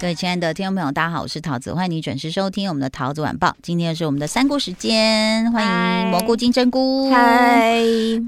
各位亲爱的听众朋友，大家好，我是桃子，欢迎你准时收听我们的桃子晚报。今天是我们的三姑时间，欢迎嗨蘑菇金针菇。嗨，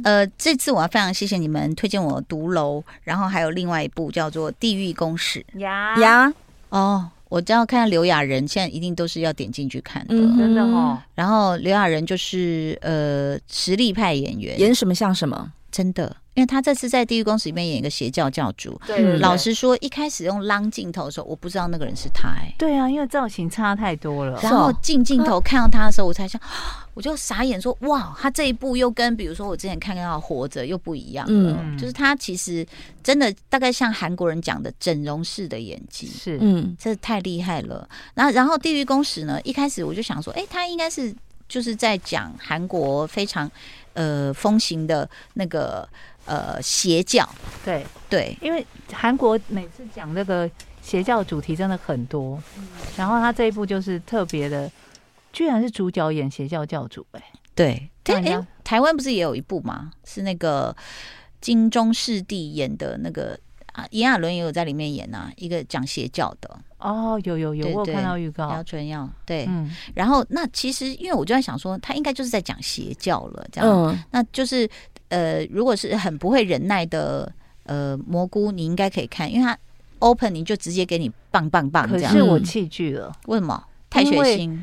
呃，这次我要非常谢谢你们推荐我《独楼》，然后还有另外一部叫做《地狱公使》呀，呀，哦。我知道看刘亚仁，现在一定都是要点进去看的。嗯哼真的哦，然后刘亚仁就是呃实力派演员，演什么像什么，真的，因为他这次在《地狱公使》里面演一个邪教教主。对对对老实说，一开始用浪镜头的时候，我不知道那个人是他、哎。对啊，因为造型差太多了。然哦后近镜头看到他的时候，我才想， 我就傻眼说，哇，他这一部又跟比如说我之前看到的《活着》又不一样了，嗯就是他其实真的大概像韩国人讲的整容式的演技。是，嗯，这太厉害了。那然后《地狱公使》呢，一开始我就想说，哎，他应该是就是在讲韩国非常呃风行的那个呃邪教，对，对，因为韩国每次讲那个邪教主题真的很多，然后他这一部就是特别的，居然是主角演邪教教主，哎，对，但让人哎、家台湾不是也有一部吗？是那个金钟世帝演的那个啊，炎亚纶也有在里面演啊，一个讲邪教的哦，有有有，对我有对看到预告姚，纯耀。对，哦嗯，然后那其实因为我就在想说，他应该就是在讲邪教了，这样。嗯，那就是呃，如果是很不会忍耐的呃蘑菇，你应该可以看，因为它 open 你就直接给你棒棒棒可这样是。我弃剧了。为什么？太血因为腥。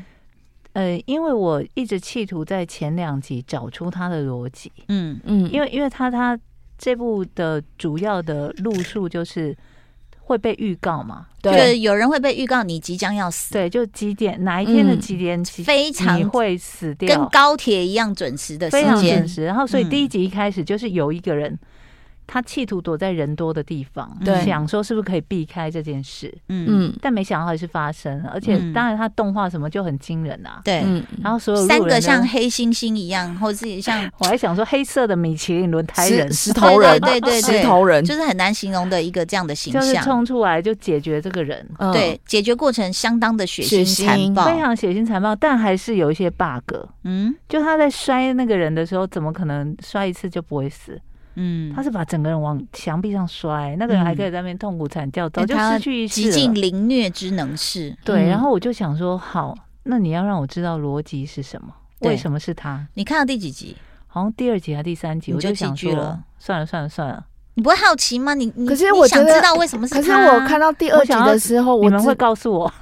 呃，因为我一直企图在前两集找出他的逻辑，嗯嗯，因为因为他他这部的主要的路数就是会被预告嘛，就是嗯对，有人会被预告你即将要死，对，就几点哪一天的嗯几点几、非常你会死掉，跟高铁一样准时呃的时非常间准。时。然后，所以嗯第一集一开始就是有一个人，他企图躲在人多的地方，对想说是不是可以避开这件事，嗯，嗯但没想到还是发生了。而且嗯，当然他动画什么就很惊人啊。对。嗯，然后所有路三人个呢像，黑猩猩一样，或者是像我还想说黑色的米其林轮胎人石。石头人，对对对对石头人，就是很难形容的一个这样的形就是象。哦冲出来就解决这个人，嗯，对，解决过程相当的血血腥腥残暴。非常血腥残暴，但还是有一些 bug。嗯就他在摔那个人的时候，怎么可能摔一次就不会死？嗯，他是把整个人往墙壁上摔，那个人还可以在那边痛苦惨叫，早就哎他失去意识极了尽凌虐之能事。对，嗯然后我就想说，好，那你要让我知道逻辑是什么，对为什么是他？你看到第几集？好像第二集还是第三集，你我就就想弃剧说了，算了算了算了，你不会好奇吗？你你可是你我觉想得知道为什么是他？可是我看到第二集的时哦候，你我们只会告诉 我，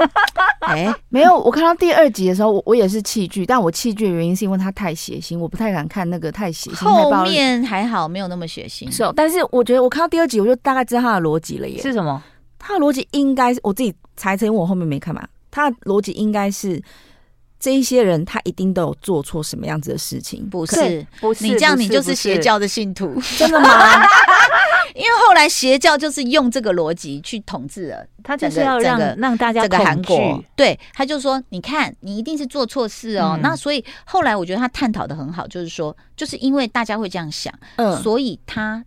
哎、没有，我看到第二集的时候，我我也是弃剧，但我弃剧的原因是因为它太血腥，我不太敢看那个太血腥、太后暴力。面还好没有那么血腥。是哦，但是我觉得我看到第二集，我就大概知道它的逻辑了耶。是什么？他的逻辑应该是我自己猜测，因为我后面没看嘛。他的逻辑应该是这一些人他一定都有做错什么样子的事情，不可是？不是你这样你就不是是邪，教的信徒，真的 吗？因为后来邪教就是用这个逻辑去统治了不是他就整是个要让整个让大家这个韩恐国惧。。对，他就说，你看，你一定是做错事哦。嗯那所以后来我觉得他探讨的很好，就是说，就是因为大家会这样想，嗯，所以他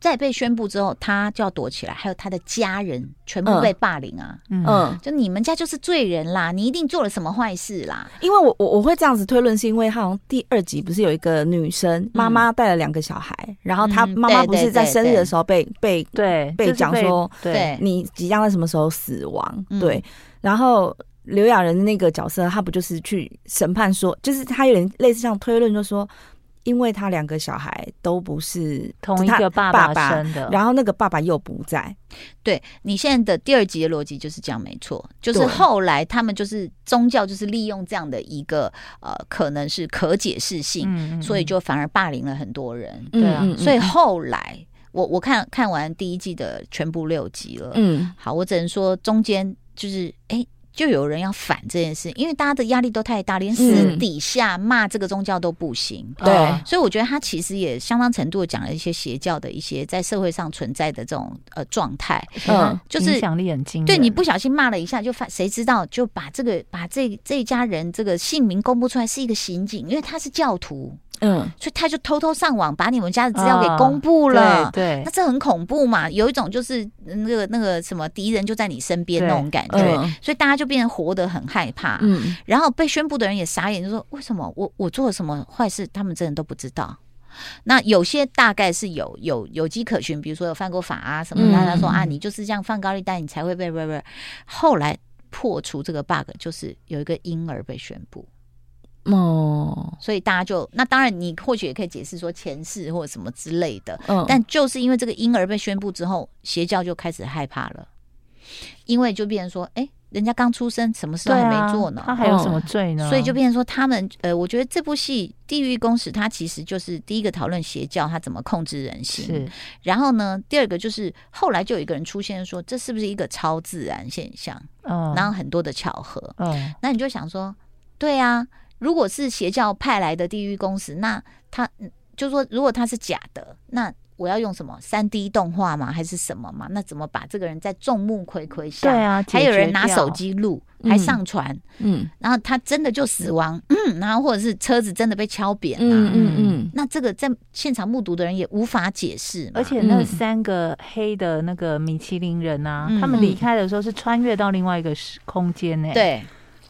在被宣布之后，他就要躲起来，还有他的家人全部嗯被霸凌啊。嗯，嗯，就你们家就是罪人啦，你一定做了什么坏事啦。因为我我我会这样子推论，是因为他好像第二集不是有一个女生妈妈带了两个小孩，然后她嗯妈妈对不是对在对生日对的时候被被对，被就是讲说对，你即将在什么时候死亡？嗯对，然后刘亚仁的那个角色，他不就是去审判说，就是他有点类似像推论，就说，因为他两个小孩都不是同一个爸爸爸生的，然后那个爸爸又不在，对你现在的第二集的逻辑就是这样，没错，就是对后来他们就是宗教，就是利用这样的一个呃，可能是可解释性，嗯所以就反而霸凌了很多人。嗯对啊所以后来我我看看完第一季的全部六集了，嗯，好，我只能说中间就是哎。就有人要反这件事，因为大家的压力都太大，连私嗯底下骂这个宗教都不行。对啊所以我觉得他其实也相当程度地讲了一些邪教的一些在社会上存在的这种呃状态，嗯就是影响力很惊人，对你不小心骂了一下，就发谁知道就把这个把这这一家人这个姓名公布出来是一个刑警，因为他是教徒，嗯，所以他就偷偷上网把你们家的资料给啊公布了。对那，这很恐怖嘛？有一种就是嗯那个那个什么敌人就在你身边对那种感觉，嗯所以大家就变得活得很害怕。嗯，然后被宣布的人也傻眼，就说为什么我我做了什么坏事，他们真的都不知道。那有些大概是有有有迹可循，比如说有犯过法啊什么，嗯大家说啊，你就是这样放高利贷，你才会被不不。后来破除这个 bug，就是有一个婴儿被宣布，哦，所以大家就那当然你或许也可以解释说前世或者什么之类的，嗯，但就是因为这个婴儿被宣布之后，邪教就开始害怕了，因为就变成说，哎、人家刚出生，什么事都对还啊没做呢，嗯他还有什么罪呢？所以就变成说，他们呃，我觉得这部戏《地狱公使》它其实就是第一个讨论邪教它怎么控制人心，是然后呢，第二个就是后来就有一个人出现说，这是不是一个超自然现象？嗯，然后很多的巧合，嗯那你就想说，对啊，如果是邪教派来的地狱公使，那他嗯就说如果他是假的，那。我要用什么三 D 动画吗？还是什么吗？那怎么把这个人在众目睽睽下，对啊，还有人拿解决掉手，机录，还嗯上传，嗯然后他真的就死亡，嗯，然后或者是车子真的被敲扁嗯啊，嗯嗯，那这个在现场目睹的人也无法解释嘛，而且那嗯三个黑的那个米其林人啊，嗯他们离开的时候是穿越到另外一个时空间欸呢、，对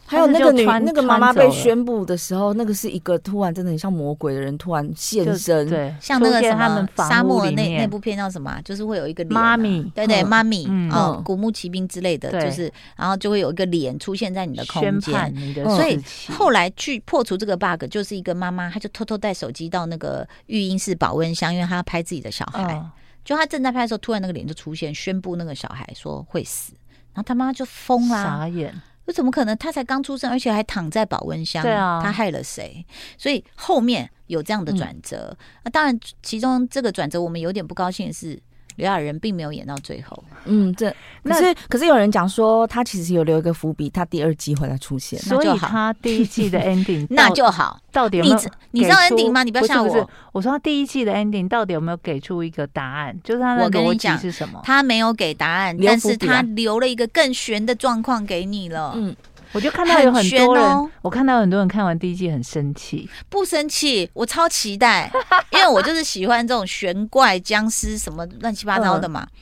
还有那个女但是就穿那个妈妈穿被走了宣布的时候，那个是一个突然真的很像魔鬼的人突然现身，，对，像那个出现什他们么房沙屋漠里那那面部片叫什么啊，就是会有一个脸啊妈。咪对对，嗯妈咪嗯哦嗯，古墓奇兵之类的，对就是，然后就会有一个脸出现在你的空宣判间。你的嗯所以事情后来去破除这个 bug，就是一个妈妈，她就偷偷带手机到那个育婴室保温箱，因为她要拍自己的小孩。嗯就她正在拍的时候，突然那个脸就出现，宣布那个小孩说会死，然后他妈就疯啦、傻眼，我怎么可能？他才刚出生，而且还躺在保温箱，对啊嗯他害了谁？所以后面有这样的转折。那、当然，其中这个转折我们有点不高兴的是，刘亚仁并没有演到最后。嗯，这可那是可是有人讲说他其实有留一个伏笔，他第二季会来出现，那所就以好他第一 季的 ending 那到就好，到底有没你有知你知道给出 ending 吗？你不要吓不是我，我说他第一季的 ending 到底有没有给出一个答案？就是他我的跟你逻辑讲是什么？他没有给答案，留但伏是笔啊他留了一个更悬的状况给你了。嗯，我就看到有很很多悬人，哦我看到很多人看完第一季很生气，不生气，我超期 待，因为我就是喜欢这种玄怪、僵尸什么乱七八糟的嘛。嗯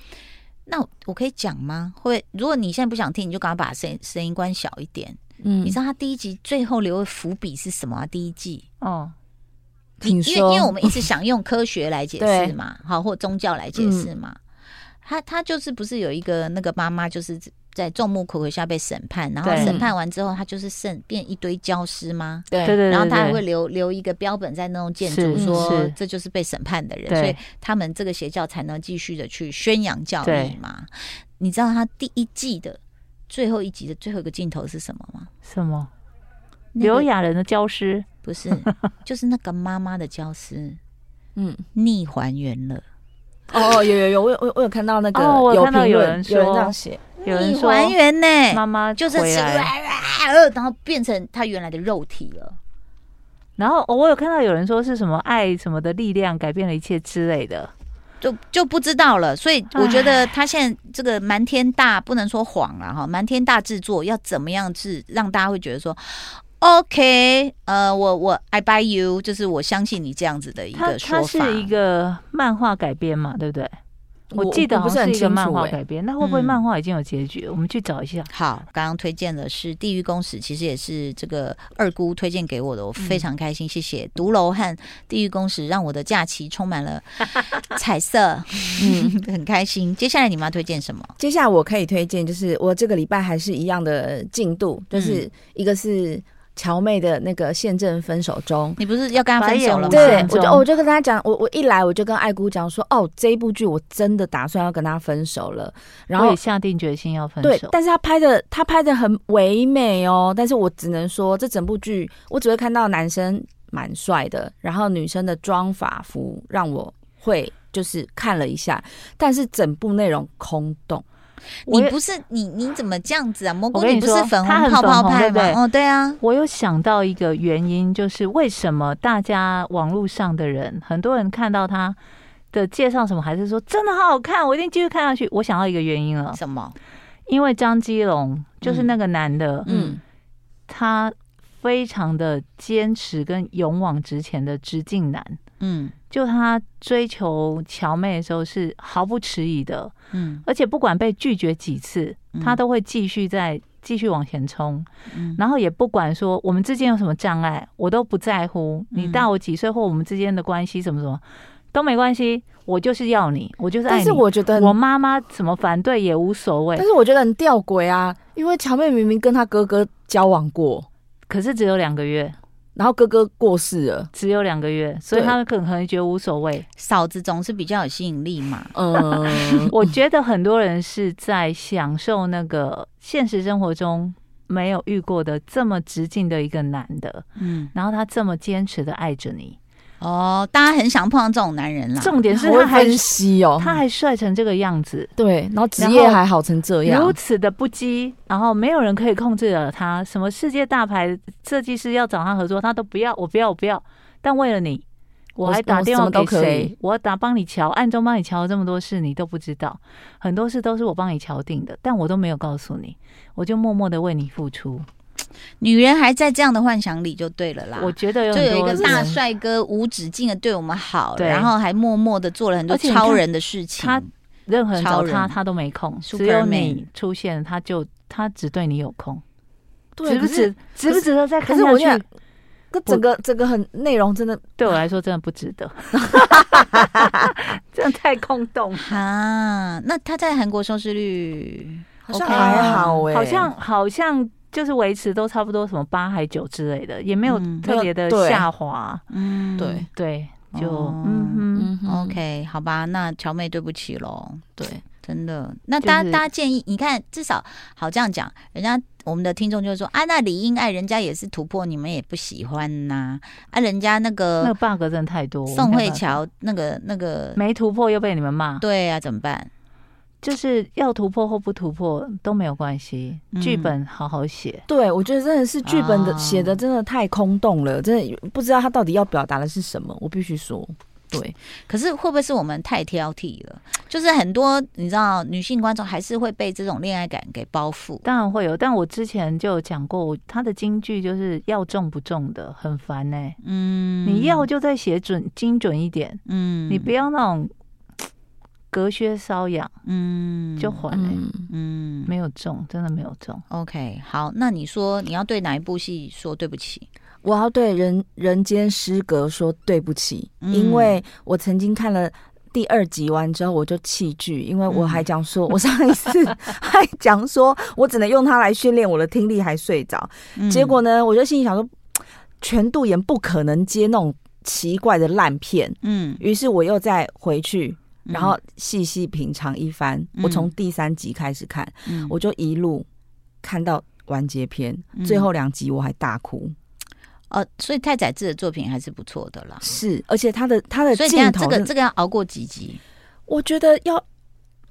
那我可以讲吗？会，如果你现在不想听，你就赶快把声声音关小一点。嗯你知道他第一集最后留的伏笔是什么、啊？第一季，哦，请因为说，因为我们一直想用科学来解释嘛，好或宗教来解释嘛。他他就是不是有一个那个妈妈就是在众目睽睽下被审判，然后对审判完之后，他就是剩变一堆僵尸吗？对对对对，然后他还对会留留一个标本在那栋建筑，是说是这就是被审判的人，对所以他们这个邪教才能继续的去宣扬教义对嘛。你知道他第一季的最后一集的最后一个镜头是什么吗？什么那刘个亚仁的教师不是，就是那个妈妈的教师嗯，逆还原了，哦哦有有有，我有我我有看到那个哦我有看到评有论人有人说这样写，有人逆说嗯还原呢、妈妈就是回吃来，呃，然后变成他原来的肉体了。然后哦我有看到有人说是什么爱什么的力量改变了一切之类的，就就不知道了，所以我觉得他现在这个瞒天大不能说谎了哈，瞒天大制作要怎么样制让大家会觉得说，OK，呃，我我 I buy you，就是我相信你这样子的一它个它说是法。一个漫画改编嘛，对不对？我记得好不是像很是一个清漫楚画哎，改编，那会不会嗯漫画已经有结局？我们去找一下。好，刚刚推荐的是《地狱公使》，其实也是这个二姑推荐给我的，我嗯非常开心，谢谢。独楼和《地狱公使》让我的假期充满 了彩色，嗯，很开心。接下来你们要推荐什么？接下来我可以推荐，就是我这个礼拜还是一样的进度，嗯就是一个是乔妹的那个宪政分手中。嗯你不是要跟他分白眼手了吗？无对限，我就中哦我就跟他讲，我我一来我就跟爱姑讲说，哦，这一部剧我真的打算要跟他分手了。然我后也下定决心要分对手，。但是他拍的他拍的很唯美哦，但是我只能说，这整部剧我只会看到男生蛮帅的，然后女生的妆法服让我会就是看了一下，但是整部内容空洞。我你也不是你你怎么这样子啊？蘑菇，我跟你不是说粉他红很泡泡粉红派对不吗？对哦，对啊，我有想到一个原因，就是为什么大家网络上的人，很多人看到他的介绍什么，还是说真的好好看，我一定继续看下去。我想到一个原因了，什么？嗯因为张基龙就是那个男的，嗯他非常的坚持跟勇往直前的直进男，嗯就他追求乔妹的时候是毫不迟疑的，嗯而且不管被拒绝几次嗯，他都会继续在继续往前冲，嗯然后也不管说我们之间有什么障碍，我都不在乎。你嗯大我几岁，或我们之间的关系什么什么都没关系，我就是要你，我就是爱但你。是我觉得很我妈妈怎么反对也无所谓但，是我觉得很吊诡啊，因为乔妹明明跟她哥哥交往过，可是只有两个月，然后哥哥过世 了，只有两个月，所以对他们可能觉得无所 谓。，嫂子总是比较有吸引力嘛。嗯我觉得很多人是在享受那个现实生活中没有遇过的这么直径的一个男的，嗯，然后他这么坚持的爱着你。哦，大家很想碰到这种男人啦。重点是好会他还分析哦，他还帅成这个样子，对，然后职业还好成这如样，此的不羁，然后没有人可以控制了他。什么世界大牌设计师要找他合作，他都不要，我不要，我不要。但为了你，我我还打我电什话么都给可谁以？我打帮你瞧，暗中帮你瞧了这么多事，你都不知道，很多事都是我帮你瞧定的，但我都没有告诉你，我就默默的为你付出。女人还在这样的幻想里就对了啦。我觉得有就很有一多个大人帅哥无止境的对我们好，对然后还默默的做了很多而且你超看人的事情。他任何人找超人他，他都没空，只有 Superman 你出现，他就他只对你有空，值可不是值值不值得再可看是下我觉去得？跟整个整个很内容真的对我来说真的不值 得，真的太空洞。啊，那他在韩国收视率好像 OK 还吗好哎，好像好像就是维持都差不多什么八还九之类的，也没有嗯特别没有的对下滑。嗯对，对，就哦嗯哼，嗯哼 OK，好吧，那乔妹对不起喽，对。真的。那就大家、是大家建议，你看至少好这样讲，人家我们的听众就说啊，那李英爱人家也是突破，你们也不喜欢呐、啊，人家那那个个 bug 真的太多。宋没慧有办法乔那个那个，没突破又被你们骂，对啊，怎么办？就是要突破或不突破都没有关系嗯，剧本好好写。对，我觉得真的是剧本的啊写的真的太空洞了，真的不知道他到底要表达的是什么。我必须说，对，可是会不会是我们太挑剔了？就是很多你知道，女性观众还是会被这种恋爱感给包覆。当然会有，但我之前就有讲过，他的金句就是要重不重的，很烦呢、嗯你要就再写准精准一点，嗯你不要那种隔靴搔痒嗯就还了、嗯，嗯没有中，真的没有中。 OK，好，那你说你要对哪一部戏说对不起？我要对人人间失格说对不起，嗯因为我曾经看了。第二集完之后我就弃剧，因为我还讲说，我上一 次还讲说我只能用它来训练我的听力，还睡着。嗯结果呢，我就心里想说，全度妍不可能接那种奇怪的烂片，嗯，于是我又再回去嗯，然后细细品尝一番。嗯我从第三集开始看，嗯我就一路看到完结篇，嗯最后两集我还大哭。呃，所以太宰治的作品还是不错的啦。是，而且他的他的所以你镜看头这个是这个要熬过几集？我觉得要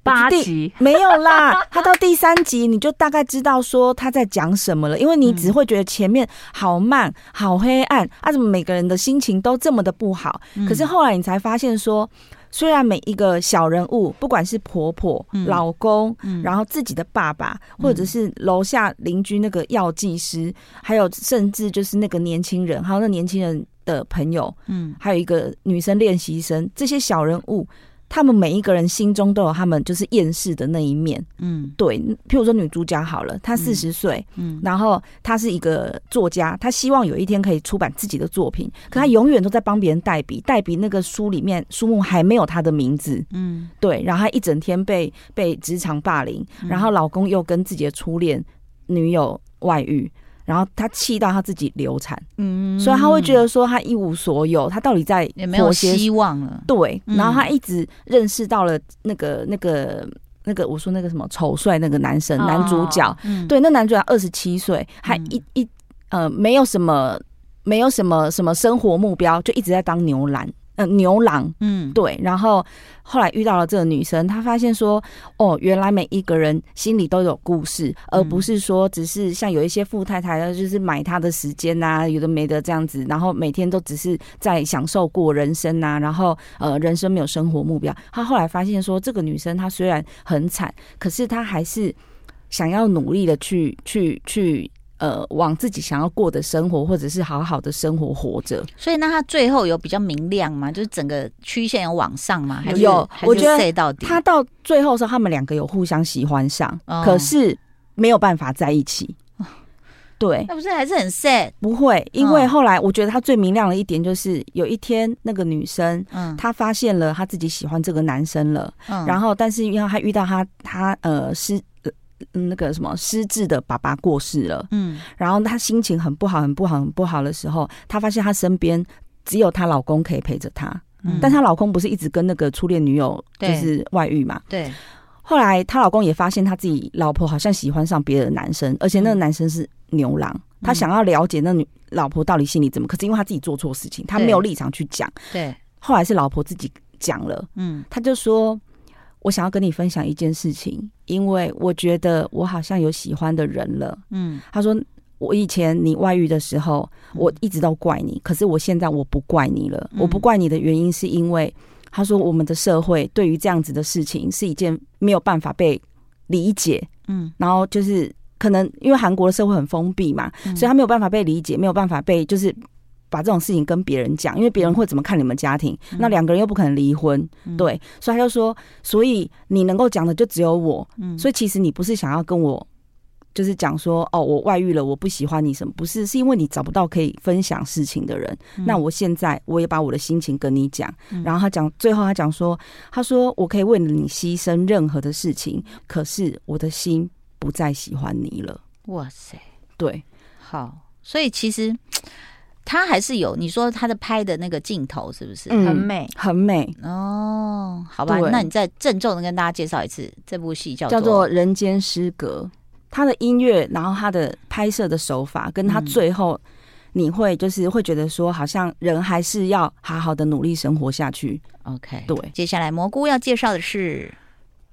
八第集，没有啦，他到第三集你就大概知道说他在讲什么了，因为你嗯只会觉得前面好慢、好黑暗啊，怎么每个人的心情都这么的不好？嗯可是后来你才发现说，虽然每一个小人物，不管是婆婆、嗯老公，嗯然后自己的爸爸，或者是楼下邻居那个药剂师，还有甚至就是那个年轻人，还有那年轻人的朋友，嗯还有一个女生练习生，这些小人物，他们每一个人心中都有他们就是厌世的那一面。嗯对，譬如说女主角好了，她四十岁，嗯然后她是一个作家，她希望有一天可以出版自己的作品，可她永远都在帮别人代笔，代笔那个书里面书目还没有她的名字。嗯对，然后她一整天被被职场霸凌，然后老公又跟自己的初恋女友外遇，然后她气到她自己流产，嗯所以她会觉得说她一无所有，她到底在也没有活些希望了。对，嗯然后她一直认识到了那个那个那个我说那个什么丑帅那个男生、哦男主角，嗯，对，那男主角二十七岁，还嗯一、一呃没有什么没有什么什么生活目标，就一直在当牛郎，呃牛郎。嗯，对，然后后来遇到了这个女生，她发现说，哦，原来每一个人心里都有故事，而不是说只是像有一些富太太，就是买她的时间呐、有的没的这样子，然后每天都只是在享受过人生呐、然后呃，人生没有生活目标。她后来发现说，这个女生她虽然很惨，可是她还是想要努力的去去去呃往自己想要过的生活，或者是好好的生活活着。所以那它最后有比较明亮吗？就是整个曲线有往上吗？还是有还我是觉得塞到底？他到最后的时候，他们两个有互相喜欢上，哦可是没有办法在一起。对， 那不是还是很 sad？不会，因为嗯后来我觉得他最明亮的一点就是，有一天那个女生嗯她发现了她自己喜欢这个男生了，嗯然后但是因为她遇到她她呃失呃嗯那个什么失智的爸爸过世了，嗯然后她心情很不好很不好很不好的时候，她发现她身边只有她老公可以陪着她，嗯但她老公不是一直跟那个初恋女友就对是外遇嘛，对，后来她老公也发现她自己老婆好像喜欢上别的男生，而且那个男生是牛郎，他想要了解那女老婆到底心里怎么，可是因为他自己做错事情，他没有立场去讲。对，后来是老婆自己讲了，嗯他就说：“我想要跟你分享一件事情，因为我觉得我好像有喜欢的人了。嗯”他说。我以前你外遇的时候，嗯我一直都怪你，可是我现在我不怪你了。嗯我不怪你的原因是因为，他说我们的社会对于这样子的事情是一件没有办法被理解，嗯，然后就是可能因为韩国的社会很封闭嘛，嗯所以他没有办法被理解，没有办法被就是。把这种事情跟别人讲，因为别人会怎么看你们家庭？嗯那两个人又不可能离婚，嗯，对，所以他就说，所以你能够讲的就只有我，嗯以所以其实你不是想要跟我，就是讲说哦，我外遇了，我不喜欢你什么？不是，是因为你找不到可以分享事情的人。那我现在我也把我的心情跟你讲，嗯然后他讲，最后他讲说，他说我可以为了你牺牲任何的事情，可是我的心不再喜欢你了。哇塞，对，好，所以其实他还是有你说他的拍的那个镜头是不是？嗯很美。很美，哦，好吧，对那你再郑重的跟大家介绍一次这部戏叫叫做《人间失格》，他的音乐，然后他的拍摄的手法，跟他嗯最后。你会就是会觉得说，好像人还是要好好的努力生活下去。 OK。对，接下来蘑菇要介绍的是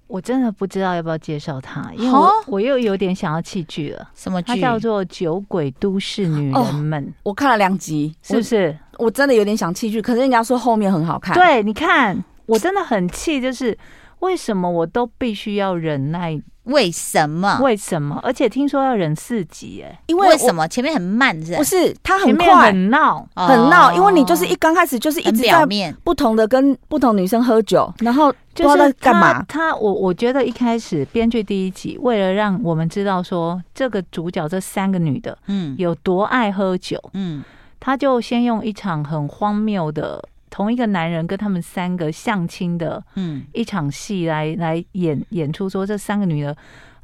我真的不知道要不要介绍它，因为我好我又有点想要弃剧了。什么它剧？叫做《酒鬼都市女人们》，我看了两集，是不我是？我真的有点想弃剧，可是人家说后面很好看。，对，你看，我真的很气，就是为什么我都必须要忍耐？为什么？为什么？而且听说要忍四集，哎，因为为什么？么前面很慢是不不是它前很面快很闹，哦很闹，因为你就是一刚开始就是一很直表在面，不同的跟不同女生喝酒，然后就不知道是在干嘛他他我我觉得一开始编剧第一集为了让我们知道说这个主角这三个女的嗯有多爱喝酒，嗯他就先用一场很荒谬的同一个男人跟他们三个相亲的嗯一场戏来来演演出，说这三个女的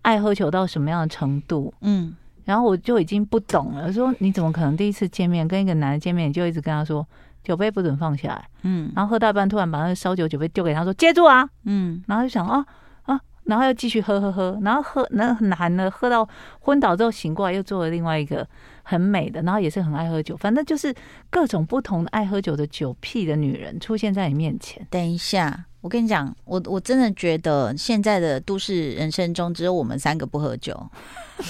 爱喝酒到什么样的程度。嗯然后我就已经不懂了，说你怎么可能第一次见面跟一个男的见面，你就一直跟他说酒杯不准放下来，嗯然后喝到一半突然把那个烧酒酒杯丢给他说接住啊，嗯然后就想啊啊，然后又继续喝喝喝，然后喝那男的喝到昏倒之后醒过来，又做了另外一个很美的，然后也是很爱喝酒，反正就是各种不同的爱喝酒的酒癖的女人出现在你面前。等一下，我跟你讲，我我真的觉得现在的都市人生中，只有我们三个不喝酒。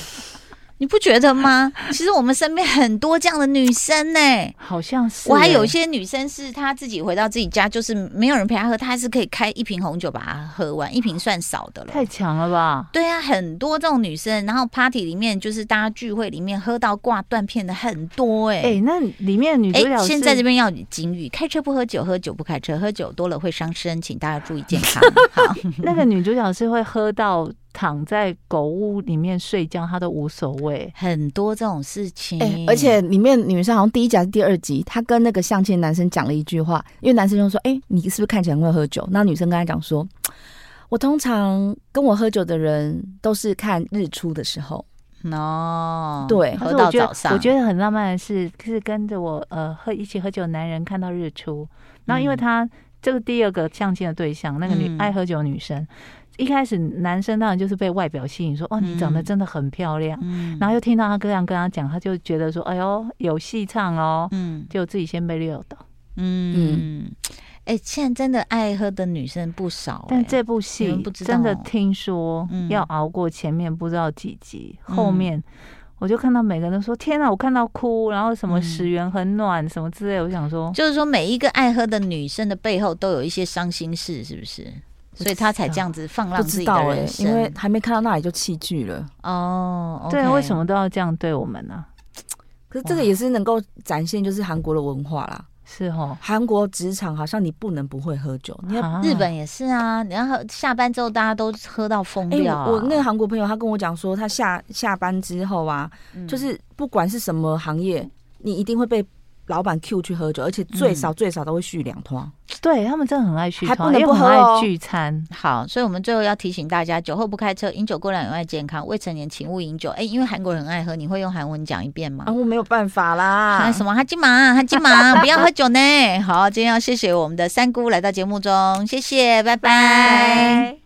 你不觉得吗？其实我们身边很多这样的女生呢、好像是欸、我还有一些女生是她自己回到自己家，就是没有人陪她喝，她还是可以开一瓶红酒把它喝完，一瓶算少的了。太强了吧？对啊，很多这种女生，然后 party 里面就是大家聚会里面喝到挂断片的很多哎、哎、那里面的女主哎、角是、现在这边要警语：开车不喝酒，喝酒不开车，喝酒多了会伤身，请大家注意健 康。好，那个女主角是会喝到躺在狗屋里面睡觉，她都无所谓。很多这种事情，哎、而且里面女生好像第一集还是第二集，她跟那个相亲的男生讲了一句话，因为男生就说：“哎、你是不是看起来很会喝酒？”那女生跟他讲说：“我通常跟我喝酒的人都是看日出的时候。哦，对可喝是我到觉得早上，我觉得很浪漫的是，是跟着我呃喝一起喝酒的男人看到日出，然后因为嗯她这个第二个相亲的对象，那个女、嗯爱喝酒的女生，一开始男生当然就是被外表吸引，说哦你长得嗯真的很漂亮，嗯然后又听到她这样跟他讲，他就觉得说哎呦有戏唱哦，嗯就自己先被撂倒。嗯哎、现在真的爱喝的女生不少、哎但这部你戏们不知道真的听说嗯要熬过前面不知道几集，嗯后面我就看到每个人都说：“天啊，我看到哭！”然后什么嗯始源很暖什么之类，我想说，就是说每一个爱喝的女生的背后都有一些伤心事，是不是？所以他才这样子放浪不自知己的道哎、人生。因为还没看到那里就弃剧了。哦，对啊，为什么？么都要这样对我们呢、可是这个也是能够展现就是韩国的文化啦。是哦，韩国职场好像你不能不会喝酒，你要。啊日本也是啊，然后下班之后大家都喝到疯哎、掉啊、我我那个韩国朋友他跟我讲说，他下下班之后啊，嗯就是不管是什么行业，你一定会被老板 Q 去喝酒，而且嗯最少最少都会续两啊团。对他们真的很爱去，还不能又不很喝哦爱聚餐，好，所以我们最后要提醒大家：酒后不开车，饮酒过量有害健康，未成年请勿饮酒。哎，因为韩国人很爱喝，你会用韩文讲一遍吗啊，？我没有办法啊，啦。什么哈基玛哈基玛，不要喝酒呢。好，今天要谢谢我们的三姑来到节目中，谢谢，拜拜。拜。